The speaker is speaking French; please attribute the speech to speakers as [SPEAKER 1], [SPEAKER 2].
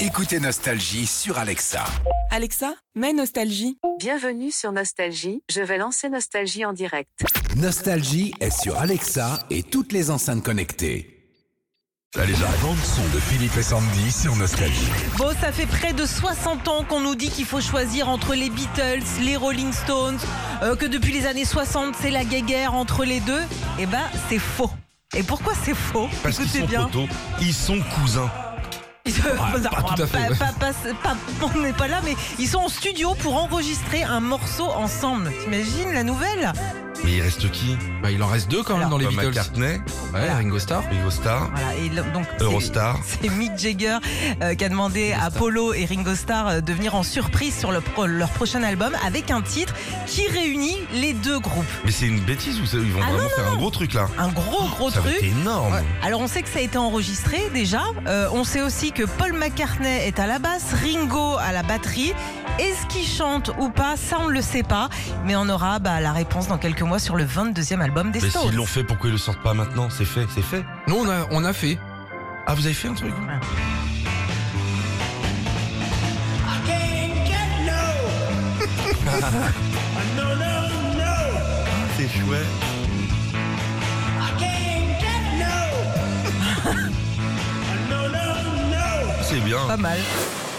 [SPEAKER 1] Écoutez Nostalgie sur Alexa.
[SPEAKER 2] Alexa, mets Nostalgie.
[SPEAKER 3] Bienvenue sur Nostalgie, je vais lancer Nostalgie en direct.
[SPEAKER 1] Nostalgie est sur Alexa et toutes les enceintes connectées. La légende son de Philippe et Sandy sur Nostalgie.
[SPEAKER 4] Bon, ça fait près de 60 ans qu'on nous dit qu'il faut choisir entre les Beatles, les Rolling Stones, euh, que depuis les années 60, c'est la guéguerre entre les deux. Eh ben, c'est faux. Et pourquoi c'est faux
[SPEAKER 5] Parce qu'ils
[SPEAKER 4] Écoutez
[SPEAKER 5] sont
[SPEAKER 4] bien.
[SPEAKER 5] poteaux, ils sont cousins.
[SPEAKER 4] Bah,
[SPEAKER 5] pas tout à fait,
[SPEAKER 4] pas-
[SPEAKER 5] ouais.
[SPEAKER 4] pas- pas- pas- on n'est pas là, mais ils sont en studio pour enregistrer un morceau ensemble. T'imagines la nouvelle
[SPEAKER 5] Mais il reste qui
[SPEAKER 6] Bah, il en reste deux quand même dans les
[SPEAKER 5] Paul
[SPEAKER 6] Beatles.
[SPEAKER 5] McCartney,
[SPEAKER 6] Ouais, Ringo Starr.
[SPEAKER 5] Ringo Starr,
[SPEAKER 4] Voilà, et le- donc c'est-
[SPEAKER 5] Eurostar.
[SPEAKER 4] c'est Mick Jagger euh, qui a demandé à Polo et Ringo Starr euh, de venir en surprise sur le pro- leur prochain album avec un titre qui réunit les deux groupes.
[SPEAKER 5] Mais c'est une bêtise ou ça- ils vont
[SPEAKER 4] Ah non,
[SPEAKER 5] vraiment
[SPEAKER 4] non,
[SPEAKER 5] faire un gros truc là
[SPEAKER 4] Un gros gros
[SPEAKER 5] Ah, Ça va être
[SPEAKER 4] truc.
[SPEAKER 5] énorme.
[SPEAKER 4] Alors on sait que ça a été enregistré déjà. Euh, on sait aussi que Paul McCartney est à la basse, Ringo à la batterie. Est-ce qu'il chante ou pas Ça on le sait pas, mais on aura bah, la réponse dans quelques mois sur le 22e album des
[SPEAKER 5] Mais
[SPEAKER 4] Stones.
[SPEAKER 5] s'ils l'ont fait, pourquoi ils le sortent pas maintenant C'est fait, c'est fait.
[SPEAKER 6] Nous, on a, on a fait.
[SPEAKER 5] Ah, vous avez fait un truc vous Ah, C'est chouette. C'est bien.
[SPEAKER 4] Pas mal.